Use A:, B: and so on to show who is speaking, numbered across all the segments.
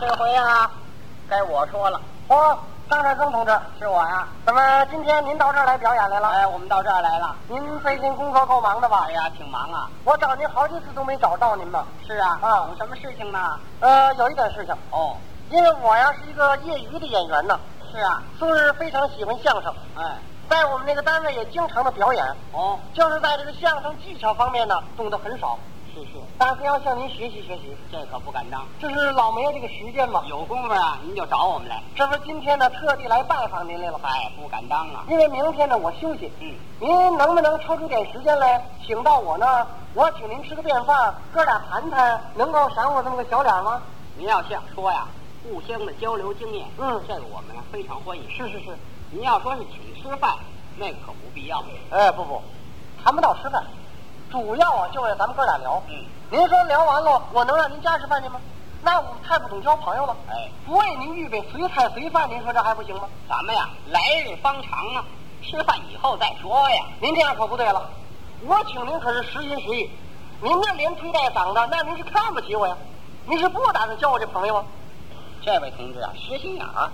A: 这回啊，该我说了。
B: 哦，张志增同志，
A: 是我呀、
B: 怎么今天您到这儿来表演来了？
A: 哎，我们到这儿来了。
B: 您最近工作够忙的吧
A: 哎？呀，挺忙啊。
B: 我找您好几次都没找到您呢。
A: 是啊。
B: 啊
A: 有什么事情呢？
B: 呃，有一点事情，
A: 哦，
B: 因为我呀是一个业余的演员呢，
A: 是啊。
B: 素日非常喜欢相声，
A: 哎，
B: 在我们那个单位也经常的表演，
A: 哦，
B: 就是在这个相声技巧方面呢懂得很少，
A: 是是，
B: 打算要向您学习学习。
A: 这可不敢当。
B: 这是老梅这个时间嘛，
A: 有功夫啊，您就找我们来。
B: 这不是今天呢特地来拜访您来了，
A: 哎，不敢当啊。
B: 因为明天呢我休息，
A: 嗯，
B: 您能不能抽出点时间来，请到我呢？我请您吃个便饭，哥俩谈谈，能够赏我这么个小脸吗？
A: 您要想说呀，互相的交流经验，
B: 嗯
A: 这个我们啊非常欢迎。
B: 是是是，
A: 您要说是请吃饭，那个可不必要。
B: 哎，不不，谈不到吃饭，主要啊就是咱们哥俩聊。
A: 嗯，
B: 您说聊完了，我能让您家吃饭去吗？那我太不懂交朋友了。
A: 哎，
B: 不为您预备随菜随饭，您说这还不行吗？
A: 咱们呀，来日方长啊，吃饭以后再说呀。
B: 您这样可不对了，我请您可是实心实意，您那连推带搡的，那您是看不起我呀？您是不打算交我这朋友啊吗？
A: 这位同志啊，实心眼儿。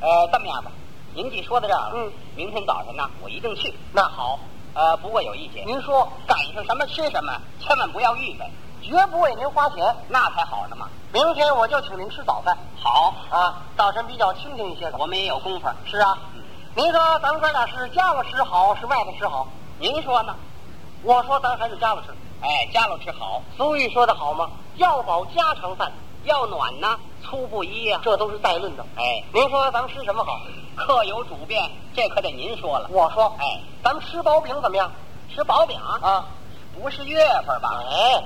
A: 呃，这么样吧，您既说到这儿了，
B: 嗯，
A: 明天早晨呢，我一定去。
B: 那嗯好，
A: 呃，不过有一节，
B: 您说
A: 赶上什么吃什么，千万不要预备，
B: 绝不为您花钱，
A: 那才好呢嘛。
B: 明天我就请您吃早饭
A: 好，
B: 啊，早晨比较清静一些的。
A: 我们也有功夫。
B: 是啊，您说咱们哥俩是家里吃好，是外头吃好？
A: 您说呢？
B: 我说咱还是家里吃。
A: 哎，家里吃好，
B: 俗语说得好嘛，要饱家常饭，
A: 要暖呢，粗布衣呀、
B: 这都是带论的。
A: 哎，
B: 您说咱们吃什么好？
A: 客有主便，这可得您说了。
B: 我说，
A: 哎，
B: 咱们吃薄饼怎么样？
A: 吃薄饼啊，
B: 啊，
A: 不是月份吧？
B: 哎，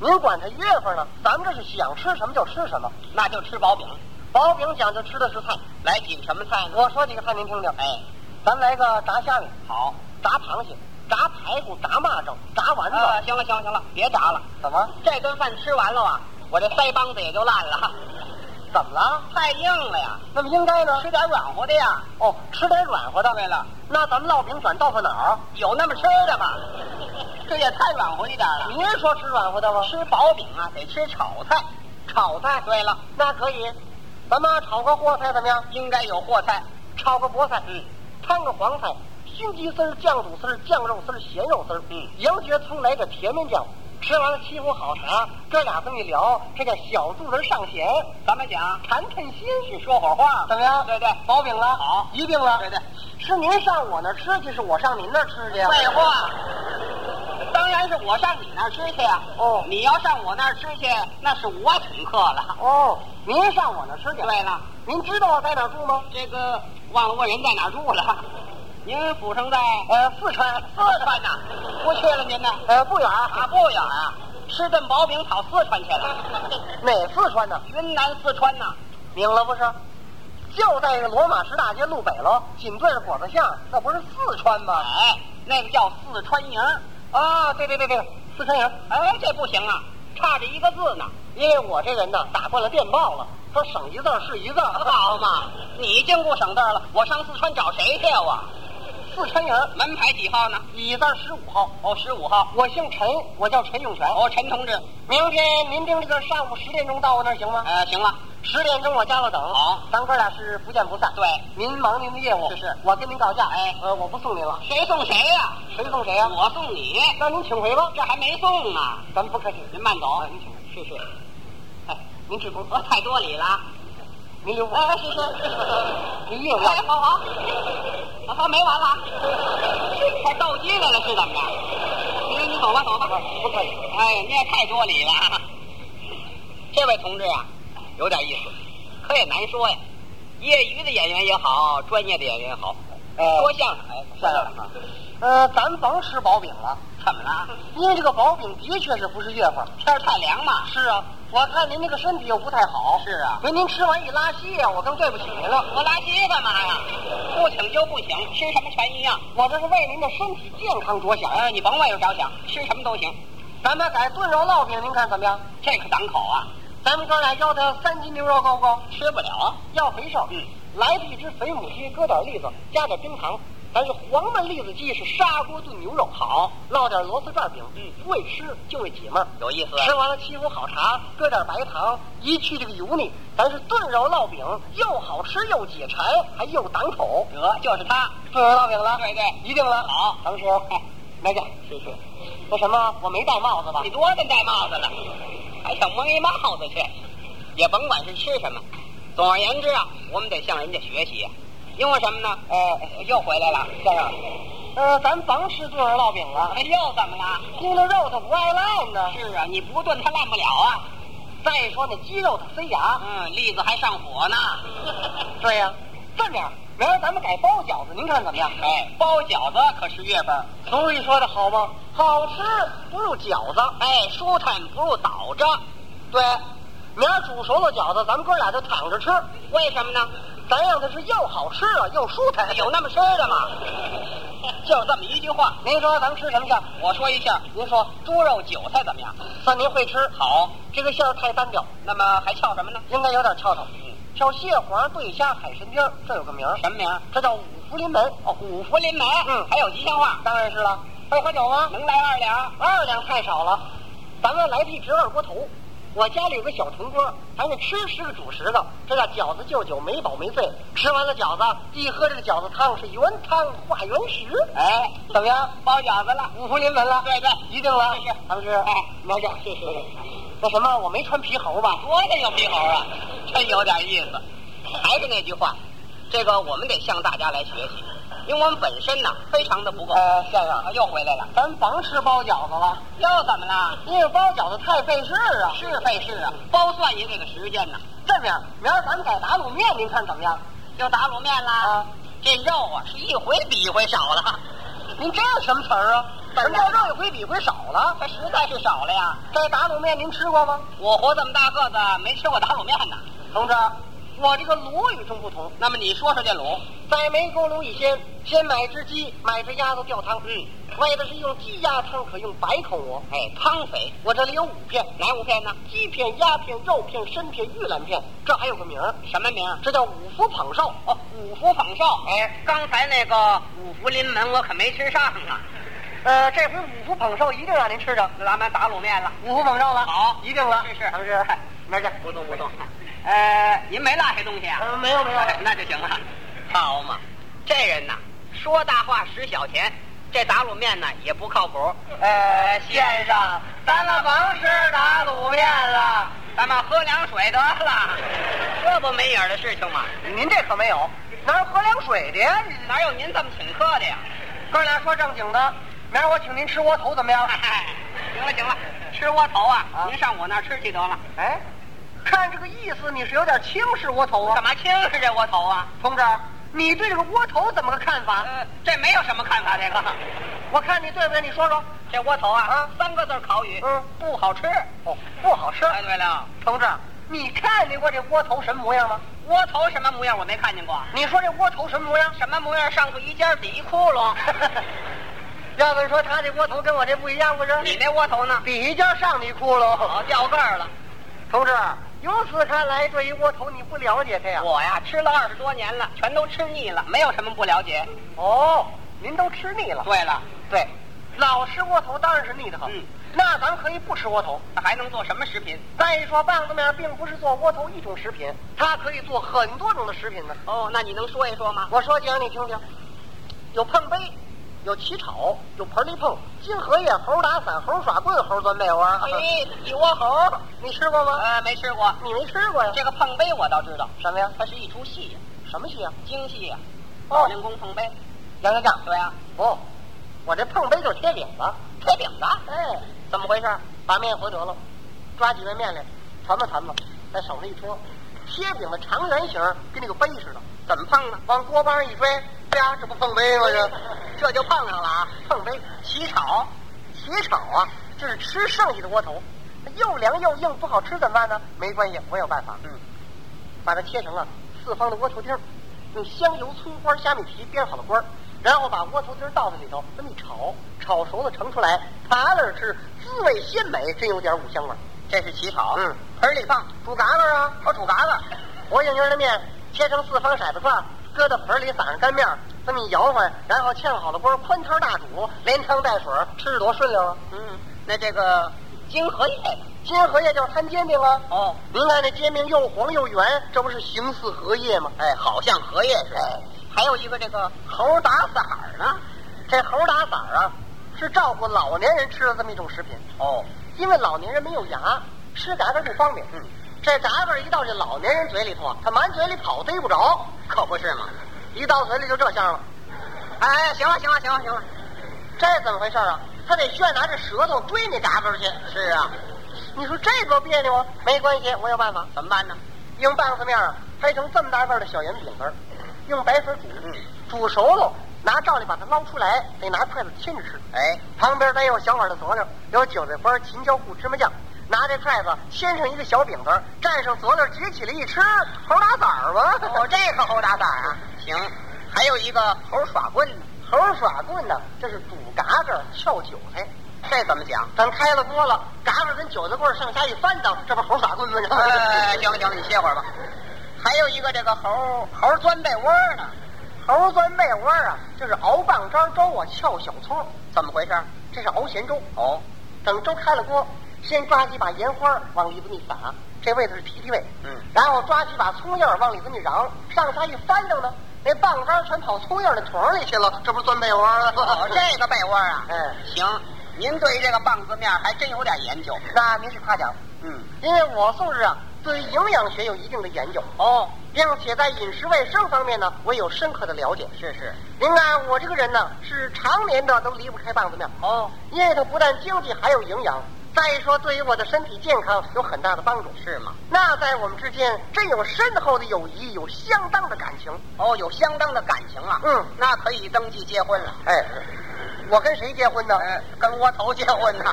B: 您管它月份呢？咱们这是想吃什么就吃什么。
A: 那就吃薄饼。
B: 薄饼讲究吃的是菜，
A: 来几个什么菜呢？
B: 我说几个菜您听听。
A: 哎，
B: 咱来个炸虾米、
A: 好。
B: 炸螃蟹、炸排骨、炸蚂蚱、炸丸子。
A: 啊，行了行了行了，别炸了。
B: 怎么？
A: 这顿饭吃完了啊，我这腮帮子也就烂了，
B: 怎么了？
A: 太硬了呀，
B: 那么应该呢？
A: 吃点软和的呀。
B: 哦，吃点软和的。
A: 对了，
B: 那咱们烙饼转豆腐脑儿，
A: 有那么吃的吗？这也太软和一点了。
B: 您说吃软和的吗？
A: 啊吃薄饼啊，得吃炒菜。
B: 炒菜。
A: 对了，
B: 那可以，咱们炒个和菜怎么样？
A: 应该有和菜。
B: 炒个菠菜，
A: 嗯，
B: 摊个黄菜，熏鸡丝儿、酱肚丝儿、酱肉丝儿、咸肉丝儿，
A: 嗯
B: 羊角葱来个甜面酱。吃完了沏壶好茶，哥俩这么一聊，这叫小肚子上弦，
A: 咱们讲
B: 谈谈心事，
A: 说会儿话，
B: 怎么样？
A: 对对，
B: 薄饼了，
A: 好
B: 一定了。
A: 对对，
B: 是您上我那儿吃去，是我上您那儿吃去啊呀？
A: 废话。当然是我上你那儿吃去呀、
B: 哦
A: 你要上我那儿吃去，那是我请客了。
B: 哦，您上我那儿吃去。
A: 对了，
B: 您知道我在哪儿住吗？
A: 这个忘了问人在哪儿住了。您府城在
B: 呃，四川，
A: 哦四川呐、不去了您呢？
B: 呃，不远儿，
A: 啊，不远啊，吃顿薄饼跑四川去了，
B: 哪四川呢？
A: 云南四川呐、
B: 明了不是？就在这个罗马市大街路北喽，紧对着果子巷，那不是四川吗？
A: 哎，那个叫四川营儿，
B: 啊，对对对对，四川营。
A: 哎，这不行啊，差着一个字呢。
B: 因为我这人呢，打惯了电报了，说省一字儿是一字儿。
A: 好嘛，你净顾省字儿了，我上四川找谁去啊我？
B: 四川营
A: 门牌几号呢？
B: 乙字十五号，
A: 哦，十五号。
B: 我姓陈，我叫陈永泉。
A: 哦，陈同志，
B: 明天您定这个上午十点钟到我那儿行吗？
A: 呃，行了，
B: 十点钟我家了等。
A: 好，
B: 咱哥俩是不见不散。
A: 对，
B: 您忙您的业务。
A: 是是
B: 我跟您告假。
A: 哎
B: 呃，我不送您了，
A: 谁送谁啊呀、
B: 谁送谁呀、
A: 我送你，
B: 那您请回吧，
A: 这还没送呢。哎
B: 咱们不客气。
A: 您慢走，
B: 您请回，
A: 是是，哎
B: 您吃工，
A: 我太多礼了。
B: 您留步。
A: 哎，是是。
B: 您留步。
A: 哎，好好，好好没完了， 还斗鸡来了是怎么着？哎你你走吧走吧，
B: 啊不客气。
A: 哎，你也太多礼了啊。这位同志啊，有点意思，可也难说呀。业余的演员也好，专业的演员也好，
B: 呃
A: 说相声哎，说相声啊，
B: 呃，咱甭吃薄饼了，
A: 怎么了？
B: 因为这个薄饼的确是不是月份儿。
A: 天儿太凉嘛。
B: 是啊，我看您这个身体又不太好。
A: 是啊
B: 您您吃完一拉稀呀、我更对不起您了。
A: 我拉稀干嘛呀？不请就不请，吃什么全一样。
B: 我这是为您的身体健康着想。
A: 哎，你甭为我着想，吃什么都行，
B: 咱们改炖肉烙饼，您看怎么样？
A: 这可挡口啊，
B: 咱们哥俩要的三斤牛肉够不够？
A: 吃不了啊。
B: 要肥瘦。
A: 嗯，
B: 来一只肥母鸡，搁点栗子，加点冰糖，咱是黄焖栗子鸡是砂锅炖牛肉，
A: 好，
B: 烙点螺丝转饼，
A: 嗯
B: 不为吃就为解闷儿。
A: 有意思。啊
B: 吃完了沏壶好茶，搁点白糖，一去这个油腻，咱是炖肉烙饼，又好吃又解馋，还又挡口。
A: 得，就是它。
B: 炖肉烙饼了，
A: 对对
B: 一定了。
A: 好
B: 唐师傅，哎来点，
A: 谢谢。
B: 那什么，我没戴帽子吧
A: 你？多大戴帽子了，还想蒙一帽子去？也甭管是吃什么，总而言之啊，我们得向人家学习啊。因为什么呢？呃，又回来了，
B: 先生，呃，咱甭吃炖肉烙饼了，
A: 哎又怎么了？
B: 鸡那肉它不爱烂呢。
A: 是啊，你不炖它烂不了啊。
B: 再说那鸡肉它塞牙。
A: 嗯，栗子还上火 呢。嗯
B: 对呀、这么样，明儿咱们改包饺子，您看怎么样？
A: 哎，包饺子可是月份儿，
B: 俗语说的好吗？好吃不入饺子。
A: 哎，舒坦不入倒着。
B: 对，
A: 啊
B: 明儿煮熟了饺子，咱们哥俩就躺着吃，
A: 为什么呢？
B: 咱让它是又好吃啊又舒坦。
A: 有那么吃的吗？就这么一句话，
B: 您说咱们吃什么馅儿？
A: 我说一下，
B: 您说，
A: 猪肉韭菜怎么样？
B: 算您会吃。
A: 好，
B: 这个馅儿太单调，
A: 那么还翘什么呢？
B: 应该有点翘头。叫蟹黄对虾海参丁儿，这有个名儿，
A: 什么名儿？
B: 这叫五福临门。
A: 哦，五福临门，
B: 嗯
A: 还有吉祥话，
B: 当然是了。会喝酒吗？
A: 能来二两。
B: 啊二两太少了，咱们来屉侄二锅头。我家里有个小铜锅，咱是吃十个煮十个，这叫饺子就酒，没饱没醉。吃完了饺子，一喝这个饺子汤是原汤化原食。
A: 哎，
B: 怎么样？
A: 包饺子了，
B: 五福临门了，
A: 对对，
B: 一定了。
A: 是是
B: 唐师，哎，拿点，谢谢。那什么，我没穿皮猴吧？
A: 多的有皮猴啊，真有点意思。还是那句话，这个我们得向大家来学习，因为我们本身呢非常的不够。
B: 呃，先生，
A: 啊，又回来了，
B: 咱甭吃包饺子了，
A: 又怎么了？
B: 因为包饺子太费事儿啊。
A: 是费事啊，包蒜也得个时间呢。
B: 这么样，明儿咱们改打卤面，您看怎么样？
A: 又打卤面啦，
B: 啊
A: 这肉啊是一回比一回少了，
B: 您这什么词儿啊？什
A: 本
B: 么
A: 来
B: 叫肉一回比一回少了？
A: 它实在是少了呀。
B: 这打卤面您吃过吗？
A: 我活这么大个子，没吃过打卤面呢。
B: 同志，啊我这个卤与众不同，
A: 那么你说说这卤，
B: 在煤锅炉以前，先买只鸡，买只鸭子吊汤。
A: 嗯，
B: 为的是用鸡鸭汤，可用百口蘑。
A: 哎，汤肥，
B: 我这里有五片：
A: 哪五片呢？
B: 鸡片、鸭片、肉片、参片、玉兰片。这还有个名儿，
A: 什么名儿？
B: 这叫五福捧寿。
A: 哦，五福捧寿。哎，刚才那个五福临门我可没吃上啊，
B: 呃，这回五福捧寿一定让您吃着。
A: 那咱们打卤面了。
B: 五福捧寿了，
A: 好
B: 一定了。
A: 是是
B: 同志， 明儿见。
A: 不动不动。 呃，您没落下东西啊？
B: 呃，没有没有。
A: 那就行了。好嘛，这人呐，说大话使小钱，这打卤面呢也不靠谱。
B: 呃，先生，咱们甭吃打卤面了。
A: 咱们喝凉水得了，这不没影儿的事情吗？
B: 您这可没有，哪有喝凉水的呀？
A: 哪有您这么请客的呀？
B: 哥俩说正经的，明儿我请您吃窝头怎么样？
A: 哎， 行了行了，吃窝头啊，
B: 啊
A: 您上我那儿吃去得了。
B: 哎，看这个意思，你是有点轻视窝头
A: 干
B: 啊，
A: 嘛轻视这窝头啊？
B: 同志，你对这个窝头怎么个看法？
A: 呃，这没有什么看法，这个
B: 我看你对不对？你说说。
A: 这窝头啊，三个字儿口语，
B: 嗯，
A: 不好吃。
B: 哦，不好吃。
A: 哎，对了，
B: 同志，你看见过这窝头什么模样吗？
A: 窝头什么模样我没看见过，啊
B: 你说这窝头什么模样？
A: 什么模样上头一尖儿底一窟窿。
B: 要不说他这窝头跟我这不一样，不是？
A: 你那窝头呢？
B: 比一家上你窟窿。
A: 好掉个儿了。
B: 同志，由此看来，对于窝头你不了解他呀？
A: 我呀，吃了二十多年了，全都吃腻了，没有什么不了解。
B: 哦，您都吃腻了。
A: 对了，
B: 对，老吃窝头当然是腻得很。
A: 嗯
B: 那咱可以不吃窝头。
A: 那还能做什么食品？
B: 再说棒子面并不是做窝头一种食品，它可以做很多种的食品呢。
A: 哦，那你能说一说 吗？
B: 我说几样你听听，有碰杯，有起炒，有盆里碰，金荷叶、猴打伞、猴耍棍、猴钻被窝。哦
A: 哎，一窝猴，
B: 你吃过吗？
A: 呃，没吃过。
B: 你没吃过呀？
A: 这个碰杯我倒知道，
B: 什么呀？
A: 它是一出戏呀，
B: 什么戏啊呀？
A: 京戏呀，
B: 哦
A: 保龄宫碰杯。
B: 杨家将。
A: 对呀，啊
B: 哦，我这碰杯就是贴饼子。
A: 贴饼子。
B: 哎，怎么回事？把面和得了，抓几根面来，团吧团吧，在手上一搓，贴饼的长圆形儿跟那个杯似的，
A: 怎么碰呢？
B: 往锅巴上一摔，哎呀，这不碰杯吗？这
A: 这就碰上了啊！
B: 碰杯起炒，起炒啊，就是吃剩下的窝头，又凉又硬，不好吃怎么办呢？没关系，我有办法。
A: 嗯，
B: 把它切成啊四方的窝头丁儿，用香油、葱花、虾米皮煸好了锅儿，然后把窝头丁儿倒在里头，这么一炒，炒熟了盛出来，扒拉着吃，滋味鲜美，真有点五香味儿。
A: 这是起炒。
B: 嗯，
A: 盆里放，
B: 煮嘎巴啊，
A: 我煮嘎子。
B: 活硬硬的面切成四方骰子状，搁到盆里撒上干面，这么一摇晃，然后炝好了锅，宽汤大煮，连汤带水，吃着多顺溜啊！
A: 嗯，那这个金荷叶呢？
B: 金荷叶就是摊煎饼啊。
A: 哦，
B: 您看那煎饼又黄又圆，这不是形似荷叶吗？
A: 哎，好像荷叶似的。还有一个这个
B: 猴打伞儿呢？这猴打伞儿啊，是照顾老年人吃的这么一种食品，
A: 哦，
B: 因为老年人没有牙，吃嘎嘎不方便。
A: 嗯，
B: 这嘎嘎一到这老年人嘴里头啊，他满嘴里跑逮不着，
A: 可不是嘛。
B: 一到嘴里就这香了。
A: 哎，行了行了行了行了，
B: 这怎么回事啊？他得炫拿着舌头追那嘎嘣去。
A: 是啊，
B: 你说这多别扭啊？没关系，我有办法。
A: 怎 么办呢？
B: 用棒子面啊，拍成这么大份儿的小圆饼干儿，用白粉煮，
A: 嗯
B: 煮熟了，拿笊篱把它捞出来，得拿筷子亲着吃。
A: 哎，
B: 旁边咱有小碗的佐料，有韭菜花、秦椒、糊芝麻酱。拿这筷子牵上一个小饼子儿，蘸上佐料，举起来一吃，猴打枣儿吧。
A: 哦，这个猴打伞啊，行。还有一个猴耍棍呢，
B: 猴儿耍棍呢，这是煮嘎嘎翘韭菜。
A: 这怎么讲？
B: 咱开了锅了，嘎嘎跟韭菜棍儿上下一翻腾，这不猴耍棍吗？呃
A: 哎，行行，你歇会儿吧。还有一个这个猴猴钻被窝呢，
B: 猴钻被窝啊，这是熬棒渣粥啊，翘小葱，
A: 怎么回事？
B: 这是熬咸粥。
A: 哦，
B: 等粥开了锅，先抓几把盐花往里子一撒，这味道是提提味。
A: 嗯
B: 然后抓几把葱叶儿往里子一瓤，上下一翻腾呢，那棒渣全跑葱叶儿那桶里去了，这不是钻被窝了
A: 哦
B: 吗？，
A: 这个被窝啊，
B: 哎，
A: 行。您对这个棒子面还真有点研究。
B: 那您是夸奖，
A: 嗯，
B: 因为我素质啊，对营养学有一定的研究，
A: 哦，
B: 并且在饮食卫生方面呢，我也有深刻的了解。
A: 是是，
B: 您看我这个人呢，是常年的都离不开棒子面。
A: 哦，
B: 因为它不但经济还有营养，再说对于我的身体健康有很大的帮助。
A: 是吗？
B: 那在我们之间真有深厚的友谊，有相当的感情。
A: 哦，有相当的感情啊。
B: 嗯
A: 那可以登记结婚了。
B: 哎，我跟谁结婚呢？
A: 呃，跟窝头结婚呢？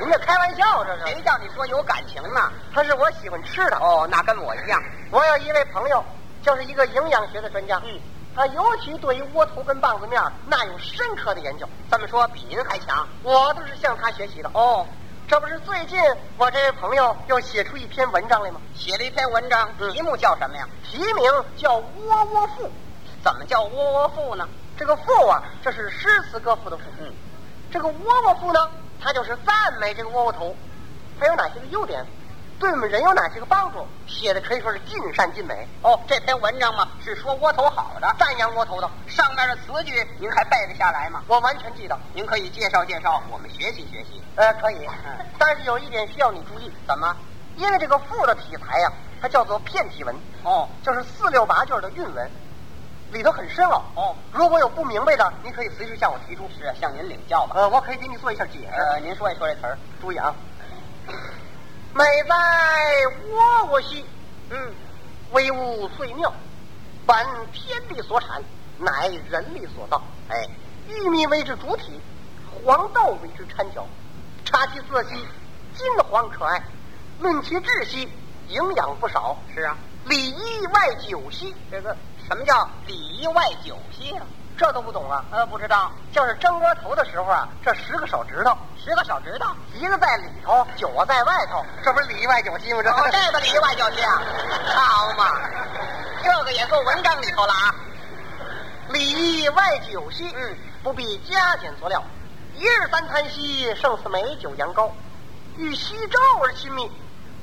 B: 您这开玩笑这是？
A: 谁叫你说有感情呢？
B: 他是我喜欢吃的。
A: 哦，那跟我一样。
B: 我有一位朋友，就是一个营养学的专家。
A: 嗯，
B: 他尤其对于窝头跟棒子面儿那有深刻的研究，
A: 这么说比您还强。
B: 我都是向他学习的。
A: 哦，
B: 这不是最近我这位朋友又写出一篇文章来吗？
A: 写了一篇文章，题目叫什么呀？
B: 题名叫《窝窝赋》。
A: 怎么叫窝窝赋呢？
B: 这个赋啊，这是诗词歌赋的赋。
A: 嗯，
B: 这个窝窝赋呢，它就是赞美这个窝窝头，它有哪些个优点，对我们人有哪些个帮助，写的可以说是尽善尽美，
A: 哦，这篇文章嘛是说窝头好的，
B: 赞扬窝头的，
A: 上面的词句您还背得下来吗？
B: 我完全记得。
A: 您可以介绍介绍，我们学习学习。
B: 呃，可 以
A: 嗯，
B: 但是有一点需要你注意，
A: 怎么？
B: 因为这个赋的题材呀、它叫做片体文，
A: 哦
B: 就是四六八句儿的韵文，里头很深奥。
A: 哦，
B: 如果有不明白的，你可以随时向我提出，
A: 是向您领教吧。
B: 呃，我可以给你做一下解释。
A: 呃，您说一说这词儿。
B: 注意啊，美在窝窝兮，
A: 嗯，
B: 微物最妙，本天地所产，乃人力所造。
A: 哎，
B: 玉米为之主体，黄豆为之掺脚。察其色兮，金黄可爱；论其质兮，营养不少。
A: 是啊，
B: 里衣外酒兮，
A: 这个什么叫里一外九兮啊？
B: 这都不懂啊？
A: 呃，不知道，
B: 就是蒸窝头的时候啊，这十个手指头，
A: 十个手指头。
B: 一个在里头，九个在外头，这不是里衣外酒兮吗？这、
A: 哦，这个里一外九 兮啊，好嘛，这个也够文章里头了啊。
B: 里衣外酒兮，
A: 嗯，
B: 不必加减佐料。一日三餐兮，胜似美酒羊羔。与西周而亲密，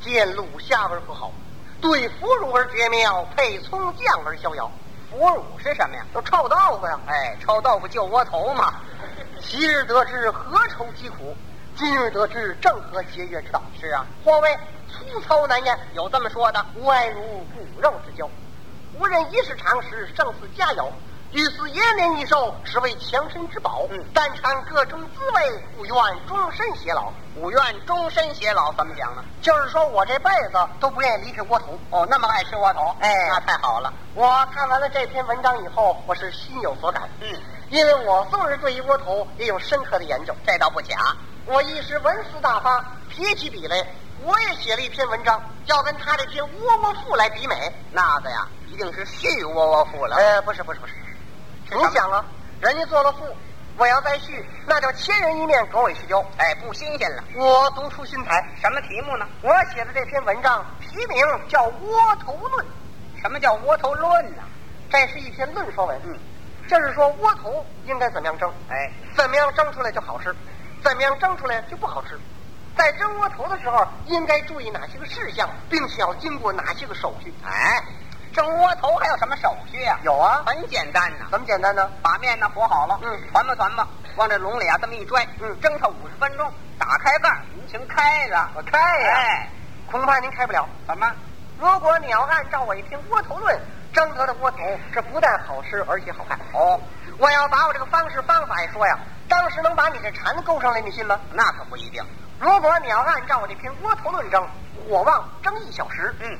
B: 见鲁虾而和好。对腐乳而绝妙，配葱酱而逍遥。
A: 腐乳是什么呀？
B: 都臭豆腐呀！
A: 哎，臭豆腐就窝头嘛。
B: 昔日得知何愁疾苦，今日得知正合节约之道。
A: 是啊，
B: 或谓粗糙难咽，
A: 有这么说的。
B: 无爱如骨肉之交。无人一世常识，胜似佳肴。欲似延年益寿，实为强身之宝。
A: 嗯
B: 但尝各种滋味，不愿终身偕老。
A: 五愿终身偕老怎么讲呢？
B: 就是说我这辈子都不愿意离开窝头。
A: 哦，那么爱吃窝头，
B: 哎
A: 那太好了。
B: 我看完了这篇文章以后，我是心有所感，
A: 嗯，
B: 因为我纵是对于窝头也有深刻的研究。
A: 这倒不假。
B: 我一时文思大发，提起笔来，我也写了一篇文章，要跟他这篇《窝窝赋》来比美。
A: 那个呀，一定是续窝窝赋了。
B: 呃，不是不是不是，
A: 是
B: 你
A: 什么
B: 想啊，人家做了赋，我要再续，那叫千人一面，狗尾续貂。
A: 哎，不新鲜了。
B: 我独出心裁，
A: 什么题目呢？
B: 我写的这篇文章题名叫《窝头论》。
A: 什么叫窝头论呢？
B: 这是一篇论说文，
A: 嗯，
B: 就是说窝头应该怎么样蒸，
A: 哎，
B: 怎么样蒸出来就好吃，怎么样蒸出来就不好吃。在蒸窝头的时候，应该注意哪些个事项，并且要经过哪些个手续？
A: 哎，蒸窝头还有什么手续呀、
B: 有啊，
A: 很简单呐、
B: 怎么简单呢？
A: 把面呢和好了，
B: 嗯
A: 团吧团吧，往这笼里啊这么一拽，
B: 嗯
A: 蒸它五十分钟，打开盖儿，您请开了，
B: 我呃开呀
A: 哎，
B: 恐怕您开不了。
A: 怎么？
B: 如果你要按照我一听窝头论蒸它的窝头，是不但好吃，而且好看。
A: 哦，
B: 我要把我这个方式方法一说呀，当时能把你这馋勾上来，你信吗？
A: 那可不一定，
B: 如果你要按照我这篇窝头论蒸，火旺蒸一小时，
A: 嗯，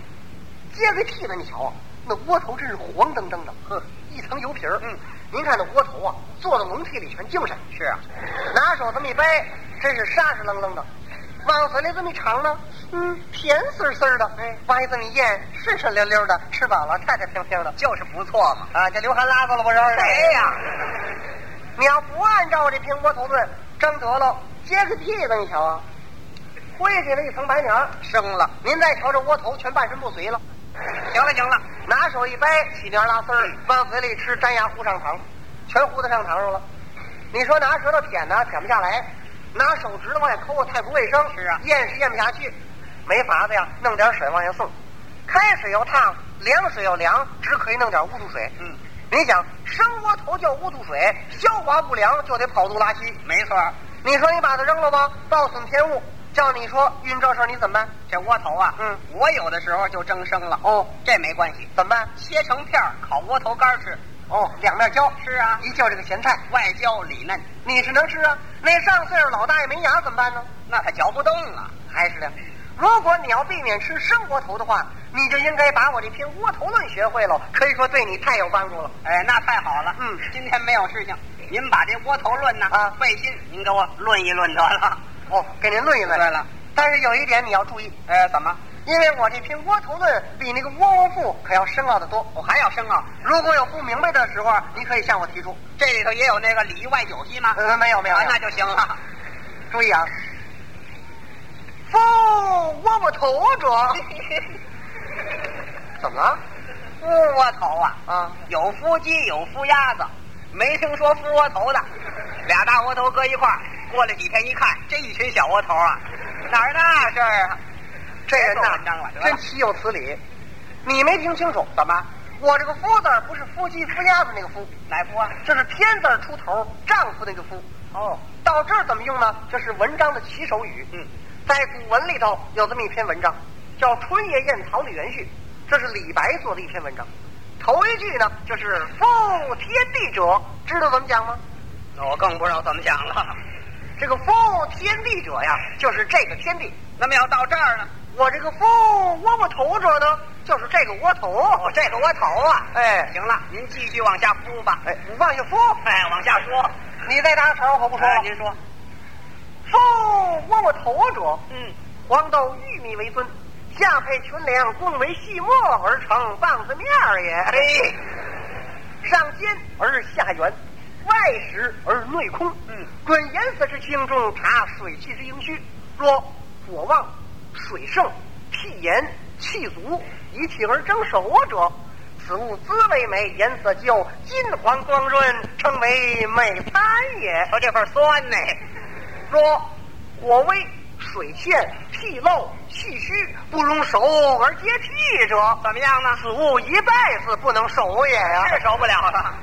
B: 接着屉子你瞧啊，那窝头真是黄澄澄的，呵，一层油皮儿，
A: 嗯，
B: 您看那窝头啊，坐到笼屉里全精神，
A: 是啊，
B: 拿手这么一掰，真是沙沙楞楞的，往嘴里这么一尝呢，嗯，甜丝丝儿的，哎，往一这么一咽，顺顺溜溜的，吃饱了，太太平平的，
A: 就是不错嘛。
B: 啊，这流汗拉子了不是？
A: 谁哎呀、
B: 你要不按照我这平窝头炖，蒸得了，接个屉子，你瞧啊，灰起了一层白鸟儿。
A: 生了。
B: 您再瞧这窝头，全半身不遂了。
A: 行了行了，
B: 拿手一掰，起苗拉丝儿，往嘴里吃，粘牙糊上膛，全糊到上膛上了。你说拿舌头舔呢，舔不下来；拿手指头往下抠啊，太不卫生。
A: 是啊
B: 咽是咽不下去，没法子呀，弄点水往下送。开水要烫，凉水要凉，只可以弄点乌肚水。
A: 嗯，
B: 你想生窝头叫乌肚水，消化不良就得跑肚拉稀。
A: 嗯没错儿，
B: 你说你把它扔了吧，暴损天物。叫你说运这事儿你怎么办？
A: 这窝头啊，
B: 嗯
A: 我有的时候就蒸生了，
B: 哦，
A: 这没关系，
B: 怎么办？
A: 切成片儿烤窝头干儿吃。
B: 哦，两面浇。
A: 是啊，
B: 一叫这个咸菜，
A: 外焦里嫩，
B: 你是能吃啊？那上岁数老大爷没牙怎么办呢？
A: 那它嚼不动啊。
B: 还是的，如果你要避免吃生窝头的话，你就应该把我这篇窝头论学会了，可以说对你太有帮助了。
A: 哎，那太好了。
B: 嗯
A: 今天没有事情，您把这窝头论呢
B: 啊
A: 费心，您给我论一论得了。
B: 哦，给您论一论。
A: 对了，
B: 但是有一点你要注意，
A: 呃，怎么？
B: 因为我这篇窝头论比那个窝窝赋可要深奥的多。
A: 我还要生啊？
B: 如果有不明白的时候，啊你可以向我提出。
A: 这里头也有那个里外九析吗？
B: 呃，没有没有，
A: 啊
B: 没，有
A: 那就行了。
B: 注意啊，夫窝窝头 者，怎么了？
A: 夫窝头啊，
B: 啊，
A: 有夫鸡，有夫鸭子，没听说夫窝头的。俩大窝头搁一块儿，过了几天一看，这一群小窝头啊，哪儿那事儿啊？
B: 这人
A: 别做文章了
B: 呐，
A: 得了
B: 真岂有此理！你没听清楚？怎么？我这个“夫”字儿不是夫妻、夫鸭子那个“夫
A: 哪夫啊？”，
B: 这是天字儿出头，丈夫那个“夫
A: 哦，”。
B: 到这儿怎么用呢？这是文章的起手语。
A: 嗯，
B: 在古文里头有这么一篇文章，叫《春夜宴堂》的元序，这是李白做的一篇文章。头一句呢，就是“夫天地者”，知道怎么讲吗？
A: 那我更不知道怎么想了。
B: 这个“夫天地者”呀，就是这个天地。
A: 那么要到这儿呢？
B: 我这个“夫窝窝头者”呢，就是这个窝头。
A: 哦，这个窝头啊，
B: 哎
A: 行了，您继续往下敷吧。
B: 哎，你往下夫，
A: 哎，往下说。
B: 你再搭茬我可不说
A: 哎
B: 了。
A: 您说，
B: 夫窝窝头者，
A: 嗯，
B: 黄豆玉米为尊，下配群粮，共为细末而成棒子面儿也。
A: 哎，
B: 上尖而下圆，外实而内空。
A: 嗯，
B: 准颜色之轻重，察水气之盈虚。若火旺、水盛、气炎、气足，以体而蒸熟者，此物滋味美，颜色就金黄光润，称为美餐也。
A: 瞧这份酸呢。
B: 若火微、水陷、气漏、气虚，不容熟而接气者，
A: 怎么样呢？
B: 此物一辈子不能熟也呀、啊
A: 是受不了了。